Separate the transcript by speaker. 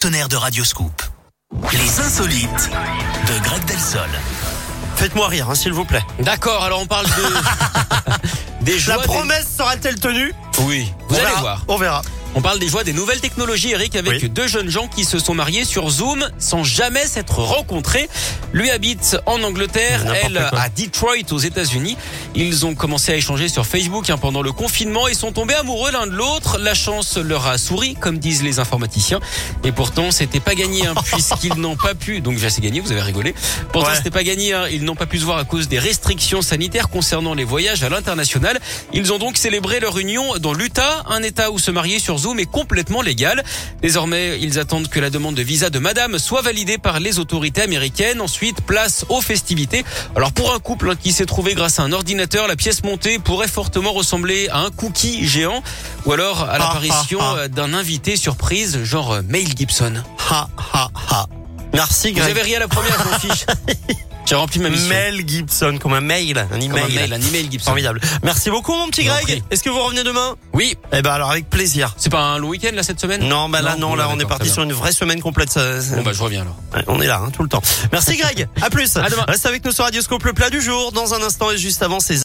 Speaker 1: Tonnerre de Radioscoop. Les insolites de Greg Delsol.
Speaker 2: Faites-moi rire, hein, s'il vous plaît.
Speaker 3: D'accord, alors on parle de des joies.
Speaker 2: La
Speaker 3: des-
Speaker 2: promesse sera-t-elle tenue
Speaker 3: Oui, vous
Speaker 2: on
Speaker 3: allez
Speaker 2: verra,
Speaker 3: voir.
Speaker 2: On verra.
Speaker 3: On parle des joies des nouvelles technologies, Eric, avec
Speaker 2: Oui.
Speaker 3: deux jeunes gens qui se sont mariés sur Zoom sans jamais s'être rencontrés. Lui habite en Angleterre,
Speaker 2: N'importe
Speaker 3: elle
Speaker 2: quoi.
Speaker 3: à Detroit aux États-Unis. Ils ont commencé à échanger sur Facebook hein, pendant le confinement et sont tombés amoureux l'un de l'autre. La chance leur a souri, comme disent les informaticiens. Et pourtant, c'était pas gagné, hein, puisqu'ils n'ont pas pu. Donc, déjà, c'est gagné. Vous avez rigolé. Pourtant,
Speaker 2: Ouais.
Speaker 3: c'était pas gagné. hein. Ils n'ont pas pu se voir à cause des restrictions sanitaires concernant les voyages à l'international. Ils ont donc célébré leur union dans l'Utah, un État où se marier sur Zoom est complètement légal. Désormais, ils attendent que la demande de visa de Madame soit validée par les autorités américaines. Ensuite, place aux festivités. Alors, pour un couple hein, qui s'est trouvé grâce à un ordinateur, la pièce montée pourrait fortement ressembler à un cookie géant, ou alors à l'apparition
Speaker 2: ah, ah.
Speaker 3: euh, d'un invité surprise, genre euh, Mel Gibson.
Speaker 2: Ha, ha, ha. Merci,
Speaker 3: Vous
Speaker 2: Greg.
Speaker 3: avez ri à la première, je m'en fiche. J'ai rempli ma mission.
Speaker 2: Mail Gibson, comme un mail. Un
Speaker 3: Comme
Speaker 2: email.
Speaker 3: un mail, un email Gibson.
Speaker 2: Formidable. Merci beaucoup, mon petit
Speaker 3: Je vous en
Speaker 2: Greg.
Speaker 3: prie.
Speaker 2: Est-ce que vous revenez demain
Speaker 3: Oui,
Speaker 2: Eh ben, alors, avec plaisir.
Speaker 3: c'est pas un long week-end là cette semaine
Speaker 2: Non, bah là, non,
Speaker 3: Bon,
Speaker 2: là, on est
Speaker 3: d'accord,
Speaker 2: parti
Speaker 3: très
Speaker 2: sur une vraie semaine complète. ça- ça-
Speaker 3: bien. Bon bah je reviens alors.
Speaker 2: Ouais, On est là, hein, tout le temps. Merci, Greg. À plus.
Speaker 3: À demain.
Speaker 2: Reste avec nous sur Radioscope, le plat du jour. Dans un instant et juste avant, ces